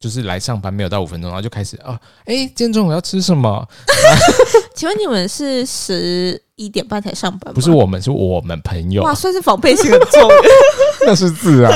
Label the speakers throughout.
Speaker 1: 就是来上班没有到五分钟，然后就开始啊，哎、今天中午要吃什么？
Speaker 2: 请问你们是十一点半才上班吗？
Speaker 1: 不是我们，是我们朋友
Speaker 2: 哇，，算是防备心很重。
Speaker 1: 那是自然。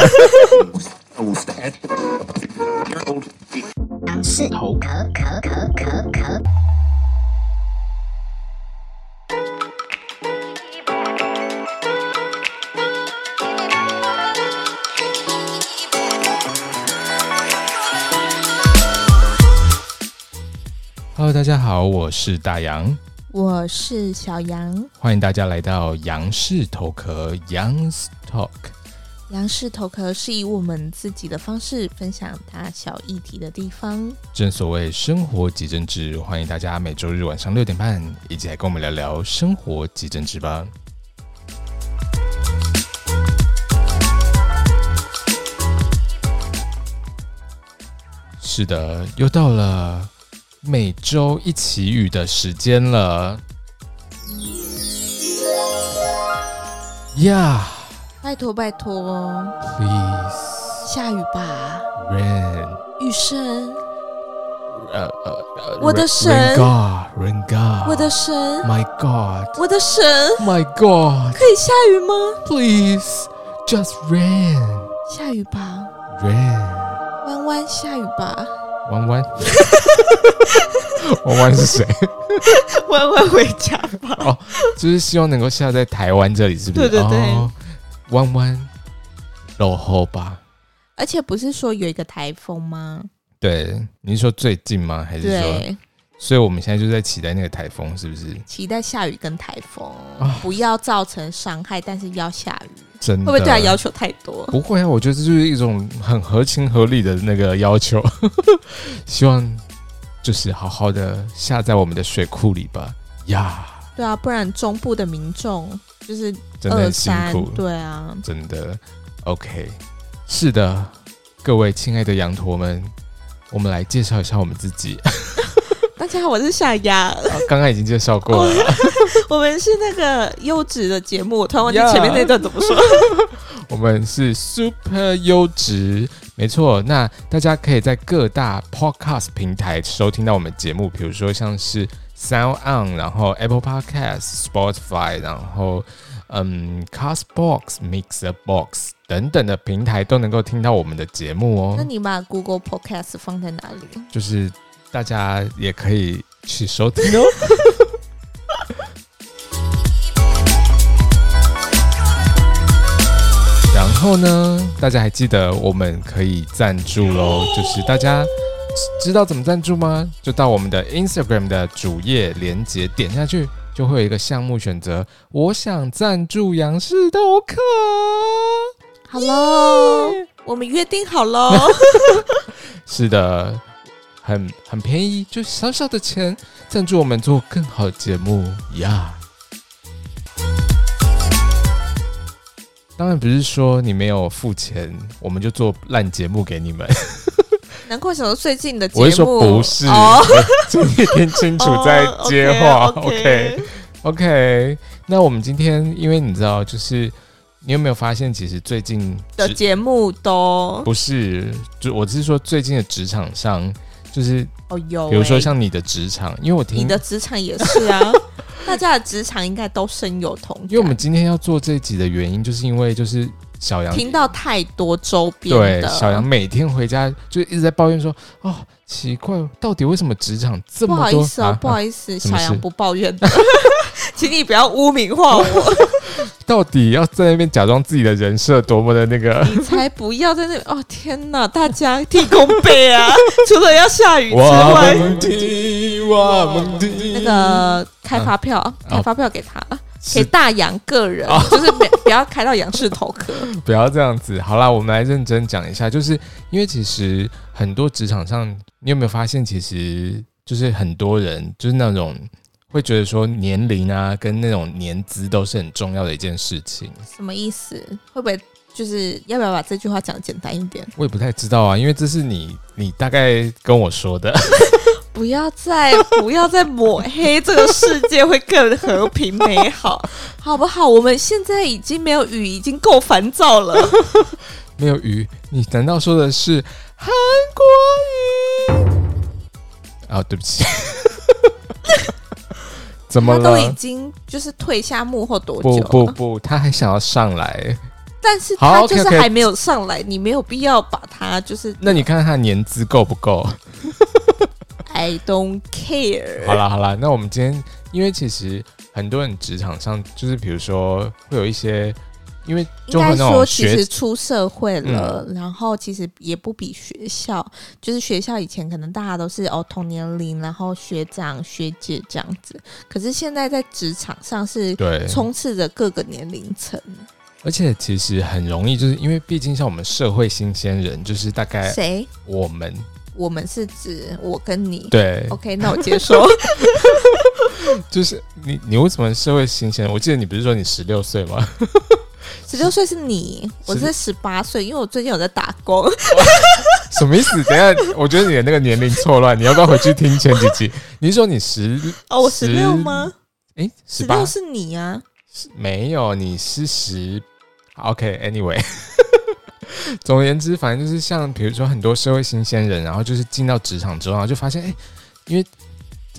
Speaker 1: Hello，大家好，我是大杨，
Speaker 2: 我是小杨，
Speaker 1: 欢迎大家来到杨氏头壳 Young's Talk。
Speaker 2: 杨氏头壳是以我们自己的方式分享大小议题的地方。
Speaker 1: 正所谓生活即政治，欢迎大家每周日晚上六点半一起来跟我们聊聊生活即政治吧。是的，又到了每周一起雨的时间了。Yeah,
Speaker 2: 拜托拜托，
Speaker 1: please
Speaker 2: 下雨吧，
Speaker 1: rain.
Speaker 2: 雨神，
Speaker 1: 呃呃呃，
Speaker 2: 我的
Speaker 1: rain-
Speaker 2: 神
Speaker 1: rain God, rain God，
Speaker 2: 我的神，
Speaker 1: My God。
Speaker 2: 我的神，
Speaker 1: My God,
Speaker 2: 可以下雨吗？
Speaker 1: please, just rain,
Speaker 2: 下雨吧，
Speaker 1: rain。
Speaker 2: 弯弯下雨吧，
Speaker 1: 弯弯，弯弯是 谁？
Speaker 2: 弯弯回家吧。
Speaker 1: 就是希望能够下在台湾这里，是不是？
Speaker 2: 对对对
Speaker 1: 哦弯弯，落后吧？
Speaker 2: 而且不是说有一个台风吗？
Speaker 1: 对，你是说最近吗？还是说？
Speaker 2: 对，
Speaker 1: 所以我们现在就在期待那个台风，是不是？
Speaker 2: 期待下雨跟台风
Speaker 1: 啊，嗯
Speaker 2: 不要造成伤害，但是要下雨。
Speaker 1: 真
Speaker 2: 会
Speaker 1: 的？
Speaker 2: 不会对他要求太多？
Speaker 1: 不会啊，我觉得这就是一种很合情合理的那个要求。 希望就是好好的下在我们的水库里吧。呀、
Speaker 2: 对啊，不然中部的民众就是
Speaker 1: 真的
Speaker 2: 二
Speaker 1: 很辛
Speaker 2: 三
Speaker 1: 苦，，
Speaker 2: 对啊，
Speaker 1: 真的。OK，是的，各位亲爱的羊驼们，我们来介绍一下我们自己。
Speaker 2: 大家好，我是小杨，
Speaker 1: 啊刚刚已经介绍过 了，
Speaker 2: 我们是那个优质的节目，我突然忘记
Speaker 1: Yeah
Speaker 2: 前面那段怎 么说。
Speaker 1: 我们是 Super 优质，没错。那大家可以在各大 Podcast 平台收听到我们节目，比如说像是 Sound On，然后 Apple Podcast、Spotify，然后嗯 Castbox、Mixer Box 等等的平台都能够听到我们的节目哦。
Speaker 2: 那你把 Google Podcast 放在哪里？
Speaker 1: 就是大家也可以去收听哦。然后呢，大家还记得我们可以赞助喽，就是大家知知道怎么赞助吗？就到我们的 Instagram 的主页连接点下去，就会有一个项目选择，我想赞助杨氏头壳。
Speaker 2: 好喽，我们约定 好喽，
Speaker 1: 是的，很很便宜，就小小的钱赞助我们做更好的节目呀。当然不是说你没有付钱，我们就做烂节目给 你们。
Speaker 2: 难怪想说最近的节目，
Speaker 1: 我是说不是，
Speaker 2: 哦，
Speaker 1: 请你听清楚再接话。
Speaker 2: 哦 OK，OK
Speaker 1: OK，那我们今天因为你知道，就是你有没有发现，其实最近
Speaker 2: 的
Speaker 1: 职
Speaker 2: 节目都
Speaker 1: 不是，就我只是说最近的职场上，就是
Speaker 2: 哦有欸，
Speaker 1: 比如说像你的职场，因为我听
Speaker 2: 你的职场也是 啊，大家的职场应该都深有同感，
Speaker 1: 因为我们今天要做这一集的原因，就是因为就是小杨
Speaker 2: 听到太多周边
Speaker 1: 对
Speaker 2: 的
Speaker 1: 小杨每天回家就一直在抱怨说：“哦，奇怪，到底为什么职场这
Speaker 2: 不
Speaker 1: 么
Speaker 2: 好
Speaker 1: 多？”
Speaker 2: 意思啊，不好
Speaker 1: 意
Speaker 2: 意思，
Speaker 1: 什么
Speaker 2: 小
Speaker 1: 事
Speaker 2: 杨不抱怨的， 请你不要污名化我，
Speaker 1: 思，到底要在那边假装自己的人设多么的那 个？
Speaker 2: 你才不要在那里哦！天哪，大家替工 背啊！除了要下雨之
Speaker 1: 我
Speaker 2: 外，
Speaker 1: 们听，我们听
Speaker 2: 那个开发票，开发票给他，给
Speaker 1: 嗯啊是啊
Speaker 2: 大杨个人，就是不不要开到杨氏头 壳。
Speaker 1: 不要这样子。好啦，我们来认真讲一下，就是因为其实很多职场上，你有没有发现，其实就是很多人就是那种会觉得说年龄啊，跟那种年资都是很重要的一件事情。
Speaker 2: 什么意思？会不会就是要不要把这句话讲简单一点？
Speaker 1: 我也不太知道啊，因为这是你你大概跟我说的，
Speaker 2: 不要再不要再抹黑这个世界，会更和平美好，好不好？我们现在已经没有雨，已经够烦躁了。
Speaker 1: 没有鱼，你难道说的是韩国鱼？啊，对不 起， 怎么
Speaker 2: 他都已
Speaker 1: 了？
Speaker 2: 经就是退下幕后多久
Speaker 1: 不
Speaker 2: 了？
Speaker 1: 不不，他还想要上来。
Speaker 2: 但是
Speaker 1: 好
Speaker 2: 他就
Speaker 1: ，OK，
Speaker 2: 是
Speaker 1: OK
Speaker 2: 还没有上来，你没有必要把他就是
Speaker 1: 那你看看他的年资够不够？
Speaker 2: I don't care。
Speaker 1: 好啦好啦，那我们今天，因为其实很多人职场上就是，比如说会有一些，因为
Speaker 2: 应
Speaker 1: 就会
Speaker 2: 该
Speaker 1: 有那
Speaker 2: 说，
Speaker 1: 种嗯
Speaker 2: 其
Speaker 1: 学
Speaker 2: 实出社会了，然后其实也不比学校，就是学校以前可能大家都是哦同年龄，然后学长学姐这样子，可是现在在职场上是
Speaker 1: 对，
Speaker 2: 充斥着各个年龄层，
Speaker 1: 而且其实很容易，就是因为毕竟像我们社会新鲜人，就是大概
Speaker 2: 谁？
Speaker 1: 我们
Speaker 2: 我们是指我跟你。
Speaker 1: 对，
Speaker 2: OK，那我接 受。
Speaker 1: 就是你你为什么社会新鲜人？我记得你不是说你十六岁吗？
Speaker 2: 十六岁是你，我是十八岁，因为我最近有在打 工。
Speaker 1: 什么意思？等一下，我觉得你的那个年龄错乱，你要不要回去听前几集？你是说你十
Speaker 2: 哦，我十六吗？
Speaker 1: 诶
Speaker 2: 十
Speaker 1: 十八
Speaker 2: 六是你啊，
Speaker 1: 没有，你是十。OK，Anyway，、总而言之，反正就是像比如说很多社会新鲜人，然后就是进到职场之后，然后就发现，哎、因为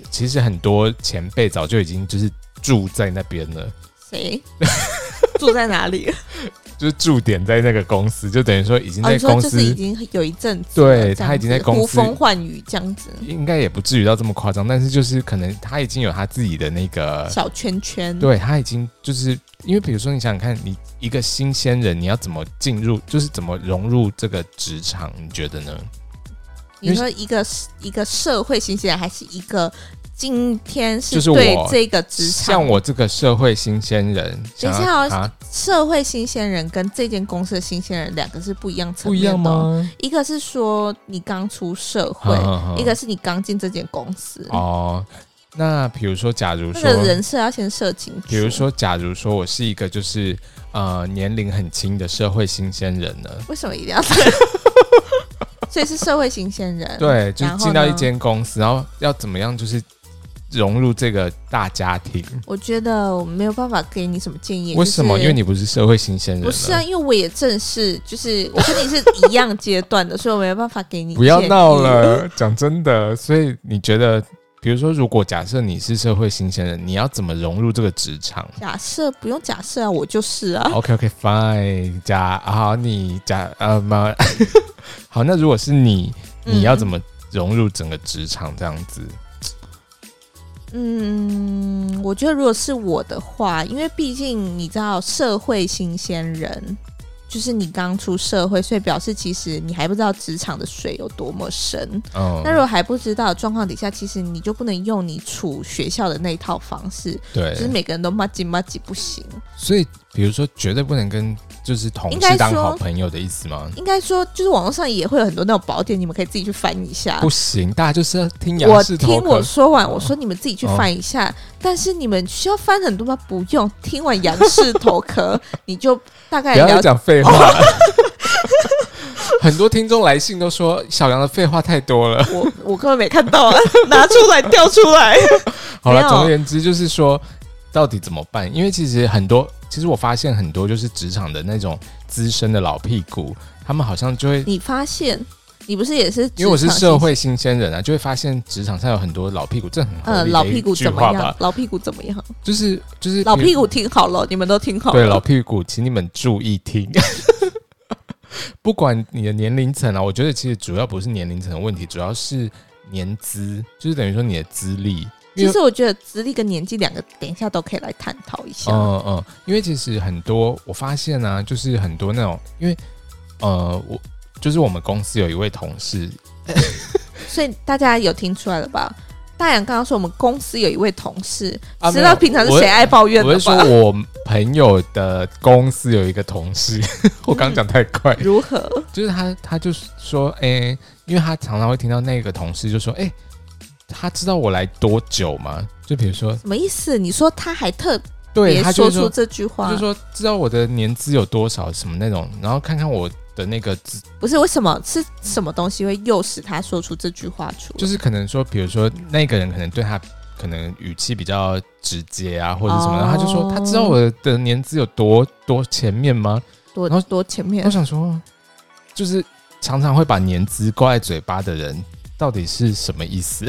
Speaker 1: 其实很多前辈早就已经就是住在那边了，
Speaker 2: 谁住在哪里？
Speaker 1: 就是驻点在那个公司，就等于说已经
Speaker 2: 哦，
Speaker 1: 在
Speaker 2: 你说
Speaker 1: 公
Speaker 2: 就是已
Speaker 1: 司，
Speaker 2: 经有一阵子了，
Speaker 1: 对
Speaker 2: 这样子
Speaker 1: 他已经在公司
Speaker 2: 呼风唤雨这样子，
Speaker 1: 应该也不至于到这么夸张，但是就是可能他已经有他自己的那个
Speaker 2: 小圈圈。
Speaker 1: 呃对他已经就是因为，比如说你想想看，你一个新鲜人，你要怎么进入，就是怎么融入这个职场？你觉得呢？
Speaker 2: 你说一个一个社会新鲜人，还是一个今天
Speaker 1: 就是是我
Speaker 2: 对这个职场？
Speaker 1: 像我这个社会新鲜人，
Speaker 2: 等
Speaker 1: 想
Speaker 2: 一
Speaker 1: 要
Speaker 2: 下哦
Speaker 1: 啊，
Speaker 2: 社会新鲜人跟这间公司的新鲜人两个是不一样层
Speaker 1: 不一
Speaker 2: 面的哦
Speaker 1: 样？吗？
Speaker 2: 一个是说你刚出社会，
Speaker 1: 哼哼哼
Speaker 2: 一个是你刚进这间公司，
Speaker 1: 啊哦，那比如说，假如
Speaker 2: 那
Speaker 1: 说，
Speaker 2: 个人设要先设清楚。
Speaker 1: 比如，说，假如说我是一个就是呃年龄很轻的社会新鲜人呢？
Speaker 2: 为什么一定要？ 所以是社会新鲜人，
Speaker 1: 对，就是
Speaker 2: 然后
Speaker 1: 进到
Speaker 2: 呢
Speaker 1: 一间公司，然后要怎么样，就是融入这个大家庭？
Speaker 2: 我觉得我没有办法给你什么建议。
Speaker 1: 为什么？
Speaker 2: 就是
Speaker 1: 因为你不是社会新鲜人，
Speaker 2: 不是啊，，因为我也正是就是 我跟你是一样阶段的，所以我没有办法给你。
Speaker 1: 不要闹。了，讲真的。所以你觉得，比如说，如果假设你是社会新鲜人，你要怎么融入这个职场？
Speaker 2: 假设不用假设啊，我就是啊。
Speaker 1: OK OK fine，假好你假呃嘛， 好那如果是你，
Speaker 2: 嗯
Speaker 1: 你要怎么融入整个职场这样子？
Speaker 2: 嗯，我觉得如果是我的话，因为毕竟你知道社会新鲜人，就是你刚出社会，所以表示其实你还不知道职场的水有多么深。那
Speaker 1: 嗯，
Speaker 2: 如果还不知道的状况底下，其实你就不能用你处学校的那一套方式，就是
Speaker 1: 对，
Speaker 2: 每个人都骂唧骂唧不行。
Speaker 1: 所以比如说绝对不能跟就是同
Speaker 2: 应该
Speaker 1: 事
Speaker 2: 说
Speaker 1: 当好朋友的意思吗？
Speaker 2: 应该说，就是网络上也会有很多那种宝典，你们可以自己去翻一下。
Speaker 1: 不行，大家就是要听
Speaker 2: 我
Speaker 1: 杨氏
Speaker 2: 听
Speaker 1: 头
Speaker 2: 我
Speaker 1: 壳。哦
Speaker 2: 说完，我说你们自己去翻一下，但是你们需要翻很多吗？不用，听完杨氏头 壳，你就大概
Speaker 1: 不要
Speaker 2: 了
Speaker 1: 再
Speaker 2: 解。
Speaker 1: 讲废话。哦 很多听众来信都说小杨的废话太多了。
Speaker 2: 我我根本没看到啊，拿出来调出来。
Speaker 1: 好了
Speaker 2: 没，有
Speaker 1: 总而言之就是说，到底怎么办？因为其实很多，其实我发现很多就是职场的那种资深的老屁股，他们好像就会。
Speaker 2: 你发现你不是也是？
Speaker 1: 因为我是社。会新鲜人啊，就会发现职场上有很多老屁股，这很合
Speaker 2: 呃，
Speaker 1: 理
Speaker 2: 老
Speaker 1: 的
Speaker 2: 屁
Speaker 1: 一
Speaker 2: 股
Speaker 1: 句
Speaker 2: 怎么
Speaker 1: 话
Speaker 2: 样
Speaker 1: 吧？？
Speaker 2: 老屁股怎么样？
Speaker 1: 就是就是
Speaker 2: 老屁股
Speaker 1: 比
Speaker 2: 听好了，你们都听好
Speaker 1: 如
Speaker 2: 了。
Speaker 1: 对老屁股，请你们注意听。 不管你的年龄层啊，我觉得其实主要不是年龄层的问题，主要是年资，就是等于说你的资历。因
Speaker 2: 其
Speaker 1: 为
Speaker 2: 实我觉得资历跟年纪两个，等一下都可以来探讨一下。
Speaker 1: 嗯嗯，因为其实很多我发现呢、就是很多那种，因为呃，我就是我们公司有一位同事，
Speaker 2: 所以大家有听出来了吧？大洋刚刚说我们公司有一位同事，
Speaker 1: 啊
Speaker 2: 知道
Speaker 1: 没有
Speaker 2: 平常是
Speaker 1: 我
Speaker 2: 谁爱抱怨
Speaker 1: 我
Speaker 2: 的
Speaker 1: 是说
Speaker 2: 吧？
Speaker 1: 我朋友的公司有一个同事， 我刚讲太快，
Speaker 2: 如何？
Speaker 1: 就是他他就是说，哎、因为他常常会听到那个同事就说，哎、他知道我来多久吗？就比如说，
Speaker 2: 什么意思？你说他还特
Speaker 1: 对
Speaker 2: 别
Speaker 1: 他就
Speaker 2: 说
Speaker 1: 会
Speaker 2: 出
Speaker 1: 说，
Speaker 2: 这句话，
Speaker 1: 他就说知道我的年资有多少什么那种，然后看看我的那个资
Speaker 2: 不是为什么？是什么东西会诱使他说出这句话出来？
Speaker 1: 就是可能说，比如说那个人可能对他可能语气比较直接啊，或者什么的，
Speaker 2: 哦
Speaker 1: 他就说他知道我的年资有多多前面吗？
Speaker 2: 多
Speaker 1: 然后
Speaker 2: 多前面
Speaker 1: 我想说就是常常会把年资挂在嘴巴的人，到底是什么意思？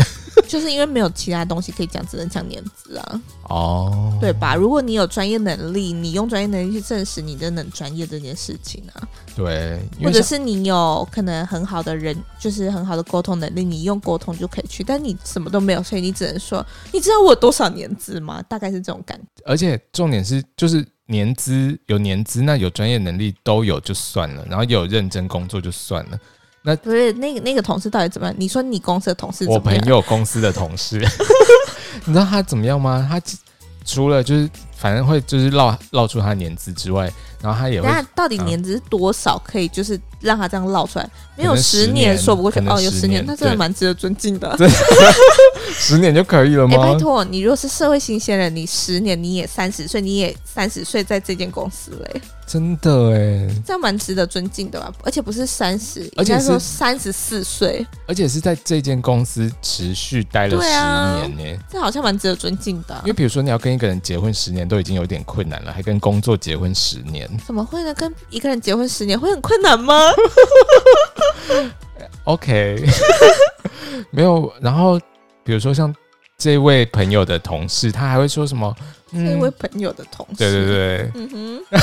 Speaker 2: 就是因为没有其他东西可以讲，只能讲年资啊，
Speaker 1: 哦，
Speaker 2: 对吧？如果你有专业能力，你用专业能力去证实你真的很专业这件事情啊，
Speaker 1: 对，因
Speaker 2: 或
Speaker 1: 为
Speaker 2: 者
Speaker 1: 像
Speaker 2: 是你有可能很好的人，就是很好的沟通能力，你用沟通就可以去，但你什么都没有，所以你只能说，你知道我有多少年资吗？大概是这种感觉。
Speaker 1: 而且重点是，就是年资有年资，那有专业能力都有就算了，然后有认真工作就算了。
Speaker 2: 不是那个那个同事到底怎么样？你说你公司的同事
Speaker 1: 我
Speaker 2: 怎么
Speaker 1: 朋
Speaker 2: 样？
Speaker 1: 友公司的同 事，你知道他怎么样吗？他除了就是反正会就是绕绕出他的年资之外，然后他也会
Speaker 2: 那到底
Speaker 1: 嗯
Speaker 2: 年资多少可以就是让他这样唠出来？没有
Speaker 1: 可能
Speaker 2: 十
Speaker 1: 10
Speaker 2: 年
Speaker 1: 年
Speaker 2: 说不过去
Speaker 1: 可能
Speaker 2: 哦，有
Speaker 1: 10
Speaker 2: 十年，
Speaker 1: 年
Speaker 2: 那真的
Speaker 1: 对
Speaker 2: 蛮值得尊敬的。
Speaker 1: 十年就可以了
Speaker 2: 哎、
Speaker 1: 吗？
Speaker 2: 拜托，你如果是社会新鲜人，你十年你也三十岁，你也三十岁在这间公司嘞、
Speaker 1: 真的哎，
Speaker 2: 这样蛮值得尊敬的吧？而且不是三十，
Speaker 1: 而
Speaker 2: 应
Speaker 1: 且
Speaker 2: 该说
Speaker 1: 是
Speaker 2: 三十四岁，
Speaker 1: 而且是在这间公司持续待了
Speaker 2: 对啊
Speaker 1: 十年呢、
Speaker 2: 这好像蛮值得尊敬的啊、
Speaker 1: 因为比如说你要跟一个人结婚十年都已经有点困难了，还跟工作结婚十年
Speaker 2: 怎么会呢？跟一个人结婚十年会很困难吗？
Speaker 1: ，OK，没有。然后比如说像这位朋友的同事，他还会说什么？嗯
Speaker 2: 那位朋友的同事，
Speaker 1: 对对，对，
Speaker 2: 嗯哼，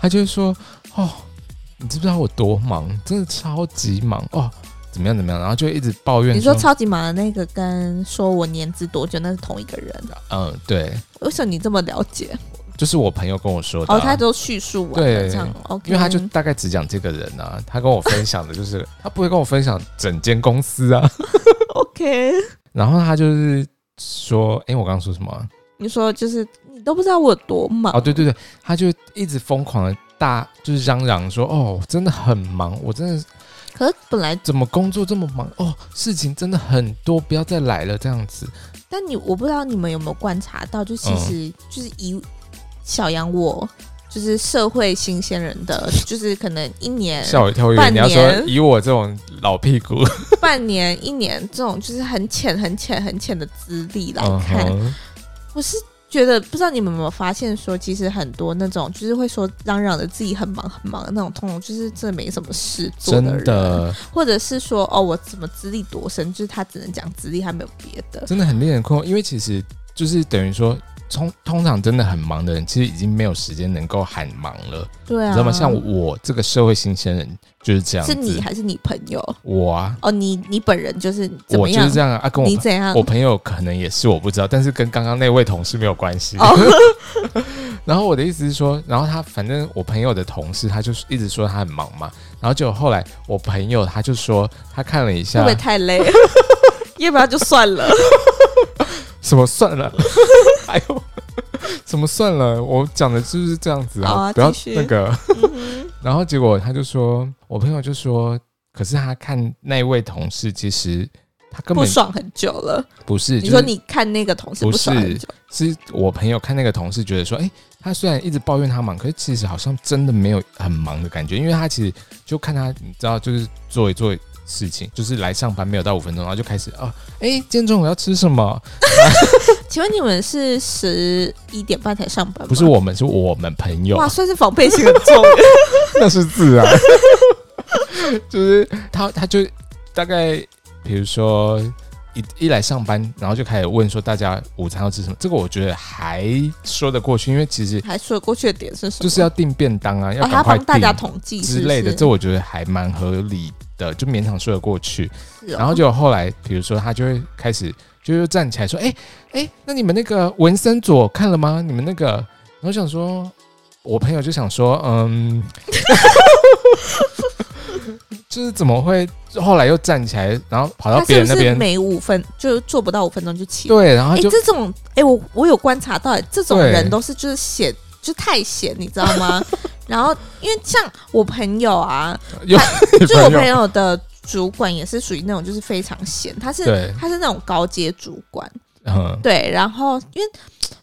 Speaker 1: 他就会说：“哦，你知不知道我多忙？真的超级忙哦，怎么样怎么样？”然后就一直抱怨
Speaker 2: 你说超级忙的那个跟说我年资多久那是同一个人，啊
Speaker 1: 嗯，对，
Speaker 2: 为什么你这么了解？
Speaker 1: 就是我朋友跟我说的、
Speaker 2: 哦，
Speaker 1: 啊。
Speaker 2: 他嗯都叙述完了
Speaker 1: 对
Speaker 2: 这样，OK，
Speaker 1: 因为他就大概只讲这个人啊，他跟我分享的就是他不会跟我分享整间公司啊。
Speaker 2: OK。
Speaker 1: 然后他就是说，诶，我刚刚说什么啊、
Speaker 2: 你说就是你都不知道我有多忙
Speaker 1: 哦，对对对，他就一直疯狂的大就是嚷嚷说，哦，我真的很忙，我真的
Speaker 2: 可是本来，
Speaker 1: 怎么工作这么忙？哦，事情真的很多，不要再来了这样子。
Speaker 2: 但你我不知道你们有没有观察到，就其
Speaker 1: 嗯
Speaker 2: 实、就是以小杨我就是社会新鲜人 的，就是可能一年、
Speaker 1: 吓我一跳，我以为
Speaker 2: 呃半
Speaker 1: 你要说
Speaker 2: 年
Speaker 1: 以我这种老屁股
Speaker 2: 半年、一年这种就是很浅、很浅、很浅的资历来
Speaker 1: 嗯
Speaker 2: 看，
Speaker 1: 哼
Speaker 2: 我是觉得不知道你们有没有发现说，其实很多那种就是会说嚷嚷的自己很忙很忙的那种，通常就是真的没什么事做
Speaker 1: 真
Speaker 2: 人，
Speaker 1: 的
Speaker 2: 或者是说哦我怎么资历多深，就是他只能讲资历，他没有别的。
Speaker 1: 真的很令人困惑，因为其实就是等于说。通通常真的很忙的人，其实已经没有时间能够喊忙了，
Speaker 2: 对啊，
Speaker 1: 你知道吗？像我这个社会新鲜人就是这样子，
Speaker 2: 是你还是你朋友？
Speaker 1: 我啊，
Speaker 2: 哦，你你本人就是怎
Speaker 1: 我
Speaker 2: 么
Speaker 1: 就
Speaker 2: 样？
Speaker 1: 是这样啊，啊跟我
Speaker 2: 你怎样？
Speaker 1: 我朋友可能也是我不知道，但是跟刚刚那位同事没有关系。
Speaker 2: 哦
Speaker 1: 然后我的意思是说，然后他反正我朋友的同事，他就是一直说他很忙嘛，然后结果后来我朋友他就说他看了一
Speaker 2: 会
Speaker 1: 下
Speaker 2: 不，会太累？ 要不然就算了。
Speaker 1: 什么算 了，哎呦，什么算了，我讲的就是这样子
Speaker 2: 好
Speaker 1: 啊，
Speaker 2: 啊
Speaker 1: 不要
Speaker 2: 继续
Speaker 1: 那个。
Speaker 2: 嗯哼
Speaker 1: 然后结果他就说，我朋友就说，可是他看那位同事，其实他根
Speaker 2: 不
Speaker 1: 本
Speaker 2: 爽很久了。
Speaker 1: 不是，
Speaker 2: 你
Speaker 1: 就是
Speaker 2: 说你看那个同事
Speaker 1: 不
Speaker 2: 不爽
Speaker 1: 是
Speaker 2: 很久，
Speaker 1: 是我朋友看那个同事，觉得说，哎、他虽然一直抱怨他忙，可是其实好像真的没有很忙的感觉，因为他其实就看他，你知道，就是做一做事情，就是来上班没有到五分钟，然后就开始啊，哎、今天中午要吃什么？
Speaker 2: 请问你们是十一点半才上班吗？
Speaker 1: 不是我啊们，是我们朋 友，
Speaker 2: 哇，算是防备心很 重。
Speaker 1: 那是自然，就是他他就大概比如说。一一来上班，然后就开始问说大家午餐要吃什么，这个我觉得还说得过去，因为其实
Speaker 2: 还说过去的点是什么？
Speaker 1: 就是要订便当啊，要
Speaker 2: 哦，
Speaker 1: 赶
Speaker 2: 他
Speaker 1: 快
Speaker 2: 帮
Speaker 1: 订、
Speaker 2: 大家统计是
Speaker 1: 之
Speaker 2: 不
Speaker 1: 类的，
Speaker 2: 是
Speaker 1: 这我觉得还蛮合理的，就勉强说得过去。
Speaker 2: 是哦
Speaker 1: 然后就后来，比如说他就会开始就又站起来说：“哎、哎、那你们那个文森佐看了吗？你们那个？”然后我想说，我朋友就想说：“嗯， 就是怎么会后来又站起来，然后跑到
Speaker 2: 他
Speaker 1: 别
Speaker 2: 是
Speaker 1: 人
Speaker 2: 不
Speaker 1: 那
Speaker 2: 是
Speaker 1: 边？
Speaker 2: 每五分就做不到五分钟就起？
Speaker 1: 对，然后
Speaker 2: 哎、
Speaker 1: 啊就、
Speaker 2: 这种哎、我我有观察到、哎，这种
Speaker 1: 对
Speaker 2: 人都是就是闲，就太闲，你知道 吗？然后因为像我朋友啊，
Speaker 1: 又
Speaker 2: 就我朋
Speaker 1: 友
Speaker 2: 友的主管也是属于那种就是非常闲，他是
Speaker 1: 对，
Speaker 2: 他是那种高阶主管，
Speaker 1: 嗯，
Speaker 2: 对，然后因为。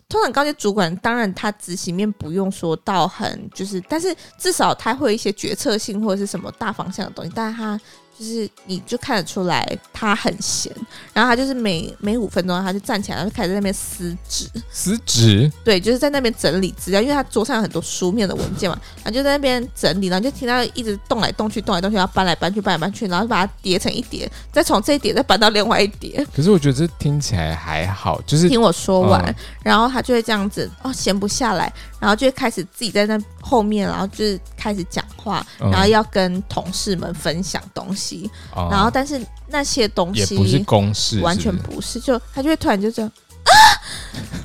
Speaker 2: 通常高阶主管，当然他执行面不用说到很就是，但是至少他会有一些决策性或者是什么大方向的东西，但是他就是你就看得出来他很闲，然后他就是每每五分钟他就站起来，然后就开始在那边撕纸，
Speaker 1: 撕纸，
Speaker 2: 对，就是在那边整理资料，因为他桌上有很多书面的文件嘛，然后就在那边整理，然后就听到一直动来动去，动来动去，然后搬来搬去，搬来搬去，然后把它叠成一叠，再从这一叠再搬到另外一叠。
Speaker 1: 可是我觉得这听起来还好，就是
Speaker 2: 听我说完，
Speaker 1: 嗯
Speaker 2: 然后他就会这样子哦，闲不下来，然后就会开始自己在那后面，然后就是开始讲话，
Speaker 1: 嗯
Speaker 2: 然后要跟同事们分享东西，
Speaker 1: 哦
Speaker 2: 然后但是那些东
Speaker 1: 也
Speaker 2: 西
Speaker 1: 不是公式，
Speaker 2: 完全
Speaker 1: 是不是
Speaker 2: 不是，就他就会突然就这样， 啊，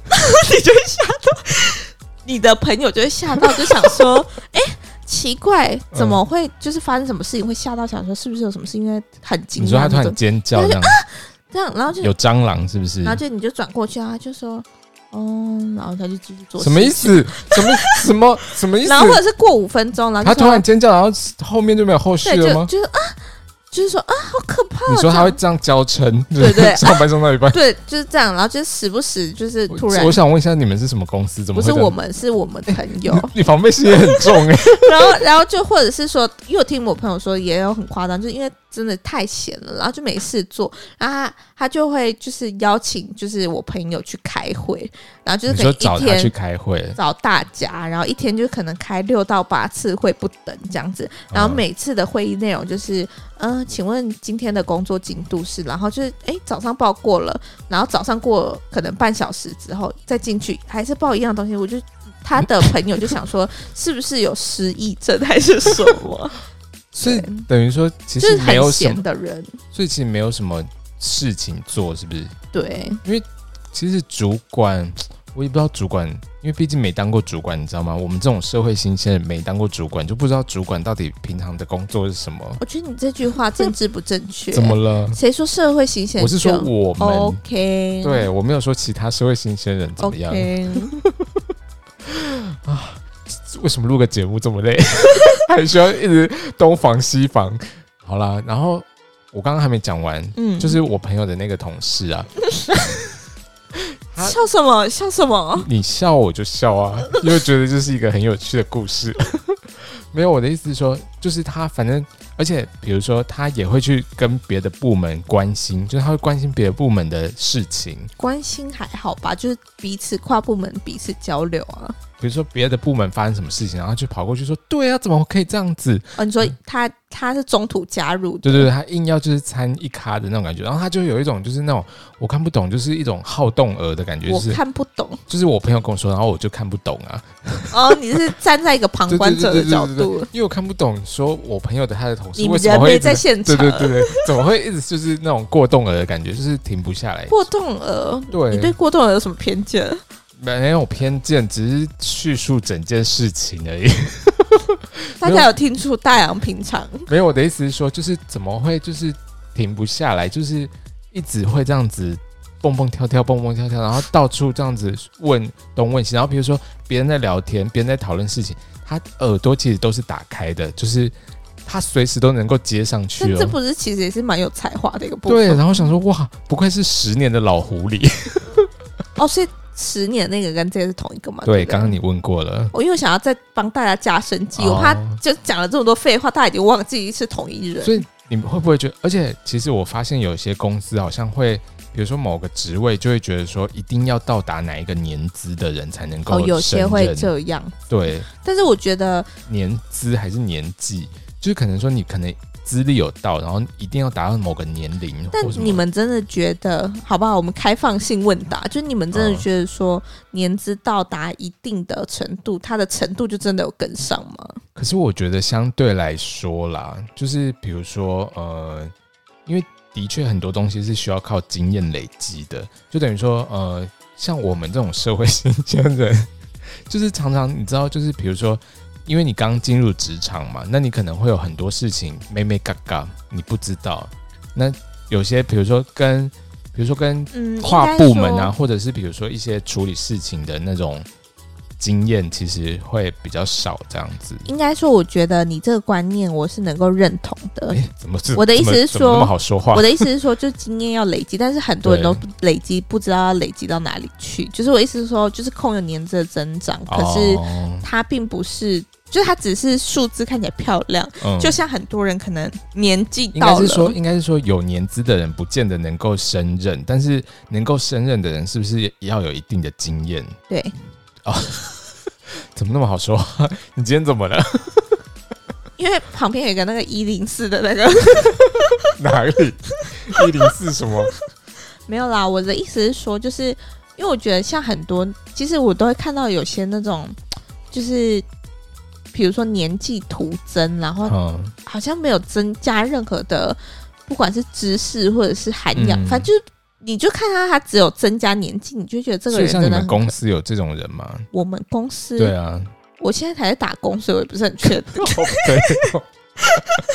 Speaker 2: 你就会吓到，你的朋友就会吓到，就想 说，哎、奇怪，
Speaker 1: 嗯
Speaker 2: 怎么会就是发生什么事情会吓到，想说是不是有什么事情？因为很惊
Speaker 1: 你说
Speaker 2: 讶
Speaker 1: 他突
Speaker 2: 那
Speaker 1: 然
Speaker 2: 种，
Speaker 1: 尖叫
Speaker 2: 对
Speaker 1: 这样，
Speaker 2: 这样，然后就
Speaker 1: 有蟑螂是不是？
Speaker 2: 然后就你就转过去啊，就说，哦，然后他就继续做，
Speaker 1: 什么意？思？什么什么什么意思
Speaker 2: 然？后或者是过五分钟，然后
Speaker 1: 他
Speaker 2: 就说
Speaker 1: 突然尖叫，然后后面就没有后续
Speaker 2: 对，
Speaker 1: 了
Speaker 2: 就
Speaker 1: 吗？
Speaker 2: 就是啊，就是说啊，好可怕、哦，
Speaker 1: 你说
Speaker 2: 这
Speaker 1: 他
Speaker 2: 样
Speaker 1: 会这样娇嗔，
Speaker 2: 对 对
Speaker 1: 上班上到一半。
Speaker 2: 对，就是这样，然后就时不时就是 突然
Speaker 1: 我我。想问一下，你们是什么公司？怎
Speaker 2: 不
Speaker 1: 么
Speaker 2: 是
Speaker 1: 会这
Speaker 2: 我
Speaker 1: 样？
Speaker 2: 们，是我们朋友。
Speaker 1: 你防备心也很重哎、
Speaker 2: 然后，然后就或者是说，因为我听我朋友说，也有很夸张，就是因为真的太闲了，然后就没事做，然后他他就会就是邀请就是我朋友去开会，然 后就是
Speaker 1: 你
Speaker 2: 可能
Speaker 1: 说
Speaker 2: 一
Speaker 1: 找他去
Speaker 2: 天
Speaker 1: 开会，
Speaker 2: 找大家，然后一天就可能开六到八次会不等这样子，然后
Speaker 1: 嗯
Speaker 2: 每次的会议内容就是，嗯、请问今天的工作进度是，然后就是，哎、早上报过了，然后早上过可能半小时之后再进去，还是报一样东西，我就他的朋友就想说， 是不是有失忆症还是什么？
Speaker 1: 是
Speaker 2: 对
Speaker 1: 等于说 其
Speaker 2: 就是
Speaker 1: 实没有
Speaker 2: 很
Speaker 1: 什
Speaker 2: 闲
Speaker 1: 么，
Speaker 2: 的人，
Speaker 1: 所以其实没有什么事情做，是不是？
Speaker 2: 对，
Speaker 1: 其实主管，我也不知道主管，因为毕竟没当过主管，你知道吗？我们这种社会新鲜人没当过主管，就不知道主管到底平常的工作是什么。
Speaker 2: 我觉得你这句话政治不正确，
Speaker 1: 怎么？了？
Speaker 2: 谁说社会新鲜？
Speaker 1: 我是说我们，
Speaker 2: Oh, ，OK，
Speaker 1: 对我没有说其他社会新鲜人怎么样。
Speaker 2: OK
Speaker 1: 为什么录个节目这么累，还需要一直东防西防？好啦，然后我刚刚还没讲完，
Speaker 2: 嗯，
Speaker 1: 就是我朋友的那个同事啊，他
Speaker 2: 笑什么笑什么？
Speaker 1: 你笑我就笑 啊，因为觉得这是一个很有趣的故事。 没有，我的意思是说，就是他反正，而且比如说他也会去跟别的部门关心，就是他会关心别的部门的事情，
Speaker 2: 关心还好吧，就是彼此跨部门彼此交流啊。
Speaker 1: 比如说别的部门发生什么事情，然后就跑过去说，对啊，怎么可以这样子？
Speaker 2: 哦，你说他他是中途加入
Speaker 1: 嗯
Speaker 2: 的，
Speaker 1: 对对对，他硬要就是参一咖的那种感觉，然后他就有一种就是那种我看不懂，就是一种好动儿的感觉，就
Speaker 2: 我
Speaker 1: 是
Speaker 2: 看不 懂。
Speaker 1: 就是我朋友跟我说，然后我就看不懂啊，
Speaker 2: 哦，你是站在一个旁观者的角
Speaker 1: 对对对对
Speaker 2: 度，
Speaker 1: 因为我看不懂，说我朋友的他的同事
Speaker 2: 你
Speaker 1: 为什么
Speaker 2: 人
Speaker 1: 会
Speaker 2: 没
Speaker 1: 一直
Speaker 2: 在现
Speaker 1: 对
Speaker 2: 场，
Speaker 1: 对对对，怎么会一直就是那种过动儿的感觉，就是停不下来。
Speaker 2: 过动儿。
Speaker 1: 对，
Speaker 2: 你对过动儿有什么偏见？
Speaker 1: 哎没有偏见，只是叙述整件事情 而已。
Speaker 2: 大家有听出大洋平常？
Speaker 1: 没有，我的意思是说，就是怎么会就是停不下来，就是一直会这样子蹦蹦跳跳、蹦蹦跳跳，然后到处这样子问东问西，然后比如说别人在聊天，别人在讨论事情，他耳朵其实都是打开的，就是他随时都能够接上
Speaker 2: 但
Speaker 1: 去
Speaker 2: 这
Speaker 1: 哦。
Speaker 2: 不是其实也是蛮有才华的一个部
Speaker 1: 对，
Speaker 2: 分
Speaker 1: 然后想说哇，不愧是十年的老狐狸。
Speaker 2: 哦，所以十年那个跟这个是同一个嘛？
Speaker 1: 对，
Speaker 2: 不
Speaker 1: 刚刚你问过了。
Speaker 2: 我因为我想要再帮大家加生计，我怕
Speaker 1: 哦
Speaker 2: 就讲了这么多废话，大家已经忘记是同一人。
Speaker 1: 所以你们会不会觉得？而且其实我发现有些公司好像会，比如说某个职位，就会觉得说一定要到达哪一个年资的人才能够
Speaker 2: 哦，有些
Speaker 1: 胜
Speaker 2: 会
Speaker 1: 任
Speaker 2: 这样，
Speaker 1: 对
Speaker 2: 但是我觉得
Speaker 1: 年资还是年纪，就是可能说你可能资历有到，然后一定要达到某个年龄
Speaker 2: 但
Speaker 1: 或什么。
Speaker 2: 你们真的觉得，好不好？我们开放性问答，就是你们真的
Speaker 1: 嗯
Speaker 2: 觉得说年资到达一定的程度，它的程度就真的有跟上吗？
Speaker 1: 可是我觉得相对来说啦，就是比如说呃，因为的确很多东西是需要靠经验累积的，就等于说呃，像我们这种社会新鲜人， 就是常常你知道，就是比如说，因为你刚进入职场嘛，那你可能会有很多事情咩咩嘎嘎，你不知道。那有些比如说跟，比如说跟
Speaker 2: 嗯，
Speaker 1: 跨
Speaker 2: 应该
Speaker 1: 部门啊，
Speaker 2: 说，
Speaker 1: 或者是比如说一些处理事情的那种经验，其实会比较少这样子。
Speaker 2: 应该说，我觉得你这个观念我是能够认同 的。
Speaker 1: 哎，怎么这
Speaker 2: 呃我的意思是
Speaker 1: 怎么怎么那
Speaker 2: 说
Speaker 1: 么好说话
Speaker 2: 我。的意思是说，就经验要累积，但是很多人
Speaker 1: 对
Speaker 2: 都累积不知道要累积到哪里去。就是我意思是说，就是控有年资的增长，可是
Speaker 1: 哦
Speaker 2: 它并不是就是它只是数字看起来漂亮，
Speaker 1: 嗯，
Speaker 2: 就像很多人可能年纪
Speaker 1: 应该
Speaker 2: 到
Speaker 1: 是说，
Speaker 2: 了，
Speaker 1: 应该是说有年资的人不见得能够胜任，但是能够胜任的人是不是也要有一定的经验？
Speaker 2: 对，
Speaker 1: 怎么那么好说话？你今天怎么了？
Speaker 2: 因为旁边有一个那个一零四的 那个，
Speaker 1: 哪 里？一零四什么？
Speaker 2: 没有啦。我的意思是说，就是因为我觉得像很多，其实我都会看到有些那种，就是比如说年纪徒增，然后
Speaker 1: 嗯，
Speaker 2: 好像没有增加任何的，不管是知识或者是涵养，
Speaker 1: 嗯
Speaker 2: 反正就是你就看他，他只有增加年纪，你就觉得这个
Speaker 1: 所以
Speaker 2: 人
Speaker 1: 像
Speaker 2: 真
Speaker 1: 你
Speaker 2: 的
Speaker 1: 们
Speaker 2: 很
Speaker 1: 公司有这种人吗？
Speaker 2: 我们公司，
Speaker 1: 对 啊，
Speaker 2: 我现在才在打工，所以我也不是很确定。
Speaker 1: 哦对。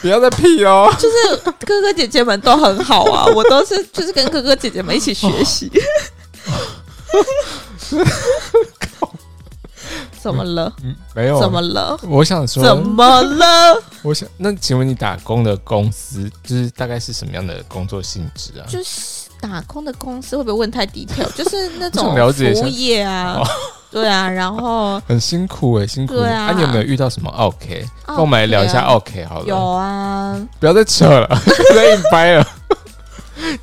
Speaker 1: 不要再屁哦！
Speaker 2: 就是哥哥姐姐们都很好啊，我都是就是跟哥哥姐姐们一起学习。 怎么了？
Speaker 1: 嗯，没有。
Speaker 2: 怎么？了？
Speaker 1: 我想
Speaker 2: 怎
Speaker 1: 说，
Speaker 2: 么了？
Speaker 1: 我想那，请问你打工的公司就是大概是什么样的工作性质啊？
Speaker 2: 就是打工的公司会不会问太 detail？就是那种
Speaker 1: 我想了解一下
Speaker 2: 服务业啊
Speaker 1: 哦，
Speaker 2: 对啊，然后
Speaker 1: 很辛苦哎、辛苦。
Speaker 2: 对啊
Speaker 1: 你有没有遇到什么 OK？
Speaker 2: 哦
Speaker 1: 那我们来聊一下
Speaker 2: 对啊
Speaker 1: OK 好了。
Speaker 2: 有啊，
Speaker 1: 不要再扯 了，不要硬掰了，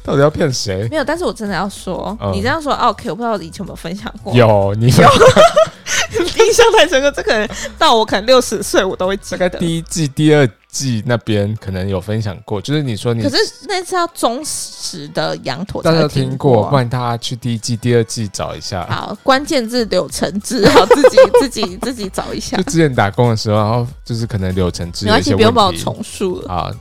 Speaker 1: 到底要骗谁？
Speaker 2: 没有，但是我真的要说，
Speaker 1: 嗯
Speaker 2: 你这样说啊 OK，我不知道以前有没有分享过，
Speaker 1: 有你们
Speaker 2: 印象太深刻。这个人到我可能六十岁，我都会记
Speaker 1: 大概
Speaker 2: 得。
Speaker 1: 第一季、第二季那边可能有分享过，就是你说你
Speaker 2: 可是那是要忠实的羊驼才
Speaker 1: 大
Speaker 2: 会
Speaker 1: 家
Speaker 2: 听
Speaker 1: 听
Speaker 2: 过啊
Speaker 1: 过，不然大家去第一季、第二季找一下。
Speaker 2: 好，关键字柳橙汁，好，自 己自己自己找一下
Speaker 1: 就，之前打工的时候，然后就是可能柳橙汁
Speaker 2: 没
Speaker 1: 的
Speaker 2: 关
Speaker 1: 一些
Speaker 2: 系，
Speaker 1: 问
Speaker 2: 不
Speaker 1: 题
Speaker 2: 用帮我重述了。
Speaker 1: 啊。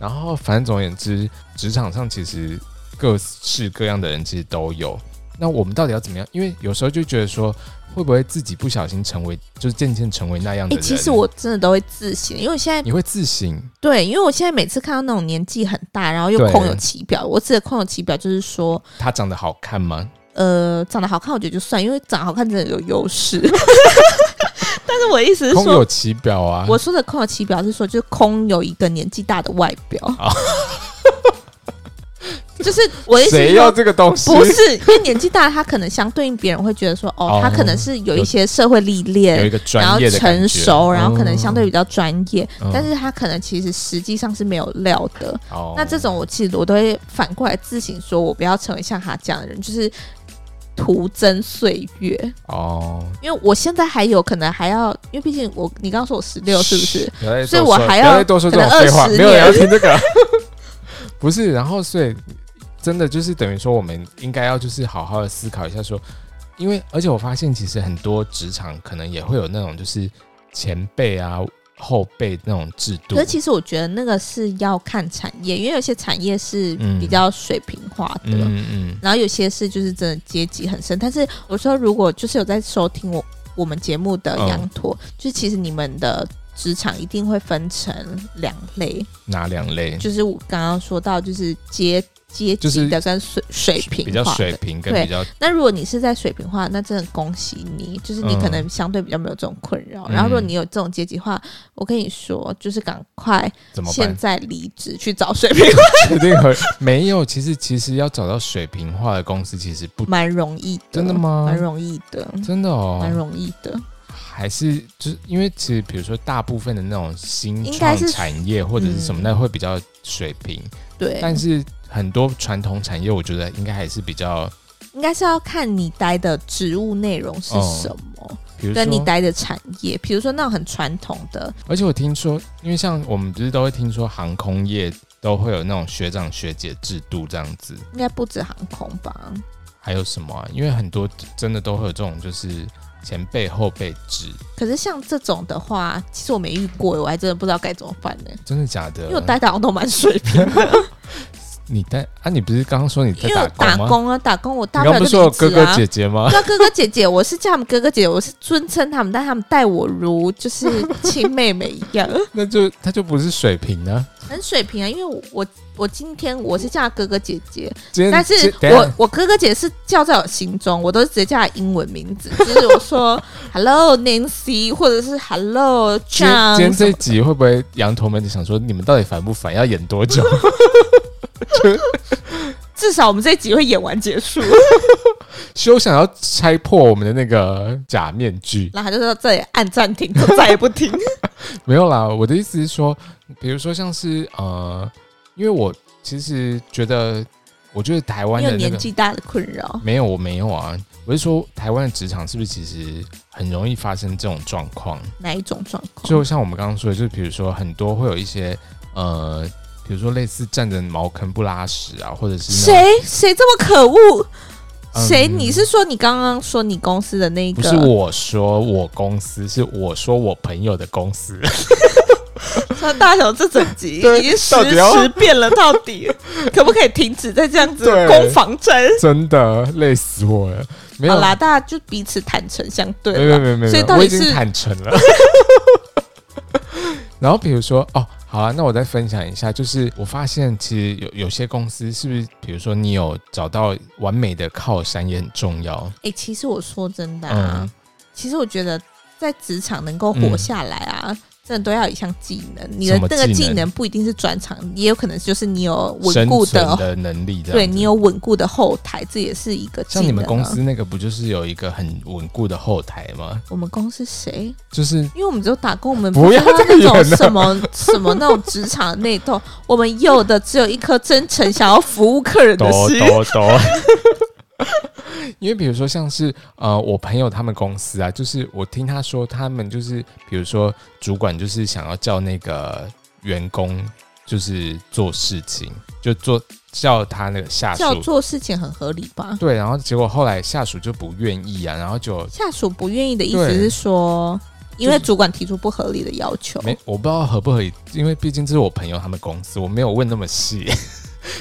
Speaker 1: 然后反正总而言之，职场上其实各式各样的人其实都有。那我们到底要怎么样？因为有时候就觉得说，会不会自己不小心成为，就是渐渐成为那样的
Speaker 2: 哎、
Speaker 1: 人？
Speaker 2: 其实我真的都会自省，因为我现在
Speaker 1: 你会自省，
Speaker 2: 对，因为我现在每次看到那种年纪很大，然后又
Speaker 1: 对
Speaker 2: 空有其表，我指的空有其表就是说，
Speaker 1: 他长得好看吗？
Speaker 2: 呃，长得好看我觉得就算，因为长得好看真的有优势。但是我的意思是
Speaker 1: 空有
Speaker 2: 说，
Speaker 1: 其表啊！
Speaker 2: 我说的空有其表是说，就是空有一个年纪大的外表。
Speaker 1: 啊
Speaker 2: 就是我的意思是
Speaker 1: 谁
Speaker 2: 说
Speaker 1: 要，这个东西？
Speaker 2: 不是，因为年纪大，他可能相对应别人会觉得说，哦
Speaker 1: 哦，
Speaker 2: 他可能是有一些社会
Speaker 1: 有
Speaker 2: 历
Speaker 1: 一
Speaker 2: 练，
Speaker 1: 个
Speaker 2: 然后
Speaker 1: 专业的感
Speaker 2: 成
Speaker 1: 觉
Speaker 2: 熟，然后可能
Speaker 1: 嗯
Speaker 2: 相对比较专业，
Speaker 1: 嗯
Speaker 2: 但是他可能其实实际上是没有料的。
Speaker 1: 哦
Speaker 2: 那这种我其实我都会反过来自省，说我不要成为像他这样的人，就是徒增岁月。
Speaker 1: 哦，
Speaker 2: 因为我现在还有可能还要，因为毕竟我你刚刚说我十六是不是？
Speaker 1: 不要再多
Speaker 2: 所以我
Speaker 1: 说
Speaker 2: 还
Speaker 1: 不
Speaker 2: 要
Speaker 1: 再多说
Speaker 2: 可
Speaker 1: 这
Speaker 2: 能
Speaker 1: 种废话，
Speaker 2: 20
Speaker 1: 没有人
Speaker 2: 年
Speaker 1: 要听这 个。不是，然后所以呃真的就是等于说，我们应该要就是好好的思考一下说，因为而且我发现其实很多职场可能也会有那种就是前辈啊后辈那种制度
Speaker 2: 可是，其实我觉得那个是要看产业，因为有些产业是
Speaker 1: 嗯
Speaker 2: 比较水平化的。
Speaker 1: 嗯嗯
Speaker 2: 然后有些事就是真的阶级很深，但是我说如果就是有在收听我我们节目的
Speaker 1: 嗯
Speaker 2: 羊驼，就其实你们的职场一定会分成两类，
Speaker 1: 嗯，哪两类？
Speaker 2: 就是我刚刚说到就是阶阶
Speaker 1: 就
Speaker 2: 级
Speaker 1: 是
Speaker 2: 的跟水水平
Speaker 1: 比较
Speaker 2: 化的
Speaker 1: 水平跟
Speaker 2: 对
Speaker 1: 比较
Speaker 2: 那如果你是在水平化，那真的恭喜你，就是你
Speaker 1: 嗯
Speaker 2: 可能相对比较没有这种困扰。
Speaker 1: 嗯
Speaker 2: 然后如果你有这种阶级化，我跟你说，就是赶快
Speaker 1: 怎么
Speaker 2: 现
Speaker 1: 办？
Speaker 2: 在离职去找水平化，
Speaker 1: 确定很没有，其实其实要找到水平化的公司其实不
Speaker 2: 蛮容易的，
Speaker 1: 真的吗
Speaker 2: 嗯蛮容易的，
Speaker 1: 真的
Speaker 2: 蛮
Speaker 1: 哦，
Speaker 2: 容易的。
Speaker 1: 还是就是因为其实比如说大部分的那种新
Speaker 2: 应该
Speaker 1: 创
Speaker 2: 是
Speaker 1: 产业或者是什么，
Speaker 2: 嗯
Speaker 1: 那会比较水平，
Speaker 2: 对，
Speaker 1: 但是很多传统产业，我觉得应该还是比较，
Speaker 2: 应该是要看你待的职务内容是什么，
Speaker 1: 哦比如
Speaker 2: 跟你
Speaker 1: 说，
Speaker 2: 待的产业，比如说那种很传统的，
Speaker 1: 而且我听说，因为像我们不是都会听说航空业都会有那种学长学姐制度这样子，
Speaker 2: 应该不止航空吧？
Speaker 1: 还有什么啊？因为很多真的都会有这种就是前辈后辈制，
Speaker 2: 可是像这种的话，其实我没遇过，我还真的不知道该怎么办呢、
Speaker 1: 真的假的？
Speaker 2: 因为我待的好像都蛮水 平的，
Speaker 1: 你待啊？你不是刚刚说你
Speaker 2: 因
Speaker 1: 在
Speaker 2: 为我打
Speaker 1: 工吗？
Speaker 2: 工啊，打工我大
Speaker 1: 你
Speaker 2: 不
Speaker 1: 刚
Speaker 2: 了
Speaker 1: 不
Speaker 2: 就是
Speaker 1: 说有
Speaker 2: 离职
Speaker 1: 哥
Speaker 2: 啊。
Speaker 1: 哥姐姐吗？
Speaker 2: 对啊，哥哥姐姐，我是叫他们哥哥姐姐，我是尊称他们，但他们待我如就是亲妹妹一样，
Speaker 1: 那就他就不是水平呢、
Speaker 2: 很水平啊。因为我我我今天我是叫他哥哥姐姐，
Speaker 1: 今天
Speaker 2: 但是
Speaker 1: 今嗯等一
Speaker 2: 我
Speaker 1: 下
Speaker 2: 我哥哥姐是叫在我心中，我都是直接叫他英文名字，就是我说 Hello Nancy 或者是 Hello
Speaker 1: 今天
Speaker 2: John
Speaker 1: 今天
Speaker 2: 什
Speaker 1: 这一
Speaker 2: 么。
Speaker 1: 集会不会羊驼们就想说你们到底烦不烦？要演多 久？
Speaker 2: 至少我们这一集会演完结束。
Speaker 1: 休想要拆破我们的那个假面具。
Speaker 2: 然后他就说这里按暂停，就再也不 听。
Speaker 1: 没有啦，我的意思是说，比如说像是呃，因为我其实觉得，我觉得台湾
Speaker 2: 因
Speaker 1: 的
Speaker 2: 为
Speaker 1: 那
Speaker 2: 年
Speaker 1: 个
Speaker 2: 纪大的困扰，
Speaker 1: 没有，我没有啊。我是说，台湾的职场是不是其实很容易发生这种状况？
Speaker 2: 哪一种状况？
Speaker 1: 就像我们刚刚说的，就是比如说很多会有一些呃，比如说类似站着茅坑不拉屎啊，或者是那种
Speaker 2: 谁谁这么可恶？
Speaker 1: 嗯
Speaker 2: 谁？你是说你刚刚说你公司的那
Speaker 1: 不是
Speaker 2: 个？
Speaker 1: 我说我公司，是我说我朋友的公司。
Speaker 2: 说大小这整集
Speaker 1: 对
Speaker 2: 已经十
Speaker 1: 到底要
Speaker 2: 十遍了，到 底可不可以停止再这样子
Speaker 1: 对
Speaker 2: 攻防战？
Speaker 1: 真的累死我了。没有
Speaker 2: 好啦，大家就彼此坦诚相对
Speaker 1: 没
Speaker 2: 啦
Speaker 1: 有没有没有，
Speaker 2: 所以
Speaker 1: 没有
Speaker 2: 到
Speaker 1: 我已
Speaker 2: 底
Speaker 1: 经
Speaker 2: 是
Speaker 1: 坦诚了。 然后比如说哦，好啊，那我再分享一下，就是我发现其实有有些公司是不是，比如说你有找到完美的靠山也很重要。
Speaker 2: 哎、其实我说真的啊，
Speaker 1: 嗯
Speaker 2: 其实我觉得在职场能够活下来啊。真的都要有一项技能，你的
Speaker 1: 嗯什么技
Speaker 2: 那
Speaker 1: 能
Speaker 2: 个技能不一定是转场，也有可能就是你有稳
Speaker 1: 生
Speaker 2: 固
Speaker 1: 存
Speaker 2: 的，
Speaker 1: 的能力这样子，
Speaker 2: 对你有稳固的后台，这也是一个技能、
Speaker 1: 像
Speaker 2: 啊。
Speaker 1: 你们公，司那个不就是有一个很稳固的后台吗？
Speaker 2: 我们公司谁？
Speaker 1: 就是
Speaker 2: 因为我们只有打工，我们
Speaker 1: 不要
Speaker 2: 知
Speaker 1: 这么啊
Speaker 2: 道那种
Speaker 1: 远了
Speaker 2: 什么什么那种职场内斗，我们有的只有一颗真诚想要服务客人的
Speaker 1: 抖
Speaker 2: 心。
Speaker 1: 抖抖。 因为比如说像是呃，我朋友他们公司啊，就是我听他说，他们就是比如说主管就是想要叫那个员工就是做事情，就做叫他那个下
Speaker 2: 叫
Speaker 1: 属
Speaker 2: 做事情很合理吧？
Speaker 1: 对，然后结果后来下属就不愿意啊，然后就
Speaker 2: 下属不愿意的意思
Speaker 1: 对
Speaker 2: 是说，因为主管提出不合理的要求，
Speaker 1: 没我不知道合不合理，因为毕竟这是我朋友他们公司，我没有问那么细。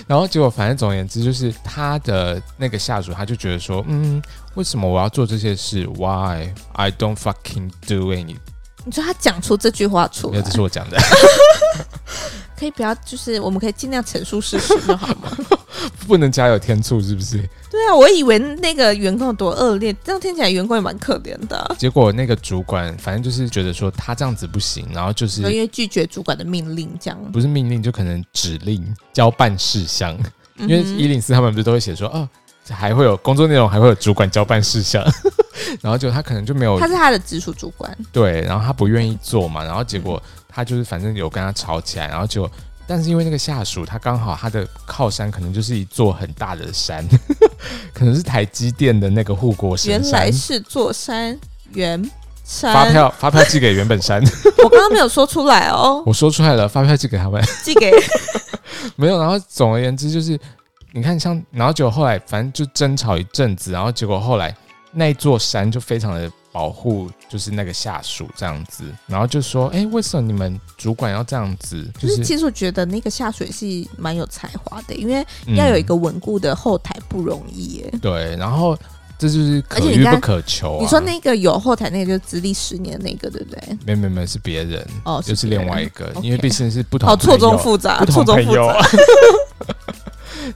Speaker 1: 然后结果，反正总而言之，就是他的那个下属，他就觉得说，嗯，为什么我要做这些事？Why I don't fucking do any？
Speaker 2: 你说他讲出这句话出
Speaker 1: 没有，
Speaker 2: 来
Speaker 1: 这，是我讲的，
Speaker 2: 可以不要，就是我们可以尽量陈述事实就好 吗？
Speaker 1: 不能加油添醋，是不是？
Speaker 2: 对啊，我以为那个员工有多恶劣，这样听起来员工也蛮可怜的啊、
Speaker 1: 结果那个主管，反正就是觉得说他这样子不行，然后就是哦
Speaker 2: 因为拒绝主管的命令，这样，
Speaker 1: 不是命令，就可能指令、交办事项。因
Speaker 2: 因
Speaker 1: 为一零四他们不是都会写说，哦，还会有工作内容，还会有主管交办事项， 然后就他可能就没有
Speaker 2: 他是他的直属主管，
Speaker 1: 对，然后他不愿意做
Speaker 2: 嗯
Speaker 1: 嘛，然后结果他就是反正有跟他吵起来，然后结果但是因为那个下属他刚好他的靠山可能就是一座很大的山， 可能是台积电的那个护国神
Speaker 2: 原
Speaker 1: 山
Speaker 2: 来，是座山原
Speaker 1: 发
Speaker 2: 山，
Speaker 1: 票发票寄给原本山，
Speaker 2: 我刚刚没有说出来哦，
Speaker 1: 我说出来了，发票寄给他们
Speaker 2: 寄给
Speaker 1: 没有，然后总而言之就是你看像，然后结果后来反正就争吵一阵子，然后结果后来那一座山就非常的。保护就是那个下属这样子，然后就说：“哎、为什么你们主管要这样子？就
Speaker 2: 就是
Speaker 1: 是
Speaker 2: 其实我觉得那个下水是蛮有才华的，因为
Speaker 1: 嗯
Speaker 2: 要有一个稳固的后台不容易耶。
Speaker 1: 对，然后这就是可
Speaker 2: 而且你
Speaker 1: 遇不
Speaker 2: 刚
Speaker 1: 可求、啊。
Speaker 2: 你说那个有后台那个就是资历十年那个，对不对？
Speaker 1: 没有没有没有是别人，
Speaker 2: 哦，
Speaker 1: 就是
Speaker 2: 别
Speaker 1: 另
Speaker 2: 人
Speaker 1: 外一个，
Speaker 2: OK
Speaker 1: 因为毕竟是不同
Speaker 2: 好哦错综
Speaker 1: 朋友
Speaker 2: 复杂，
Speaker 1: 不同
Speaker 2: 错综
Speaker 1: 朋
Speaker 2: 复
Speaker 1: 友
Speaker 2: 杂。。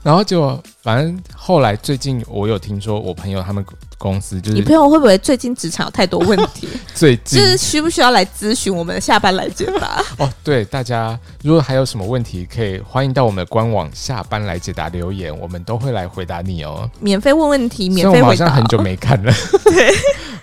Speaker 1: 然后结果，反正后来最近我有听说，我朋友他们公司就
Speaker 2: 你
Speaker 1: 是
Speaker 2: 朋友会不会最近职场有太多问 题？
Speaker 1: 最
Speaker 2: 就
Speaker 1: 近
Speaker 2: 是需不需要来咨询我们下班来解 答？
Speaker 1: 哦，对大家如果还有什么问题，可以欢迎到我们的官网下班来解答留言，我们都会来回答你哦。
Speaker 2: 免费问问题，
Speaker 1: 虽
Speaker 2: 免
Speaker 1: 然我
Speaker 2: 费
Speaker 1: 们好
Speaker 2: 回
Speaker 1: 像
Speaker 2: 答。
Speaker 1: 很久没看了，对，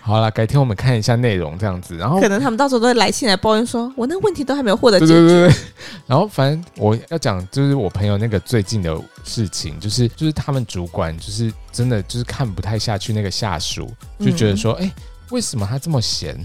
Speaker 1: 好了，改天我们看一下内容这样子，然后
Speaker 2: 可能他们到时候都会来信来抱怨说，我那问题都还没有获得解
Speaker 1: 对
Speaker 2: 决。
Speaker 1: 对对对。 然后反正我要讲，就是我朋友那个最近的事情，就是就是他们主管就是真的就是看不太下去那个下属，就觉得说，
Speaker 2: 嗯
Speaker 1: 哎、为什么他这么闲？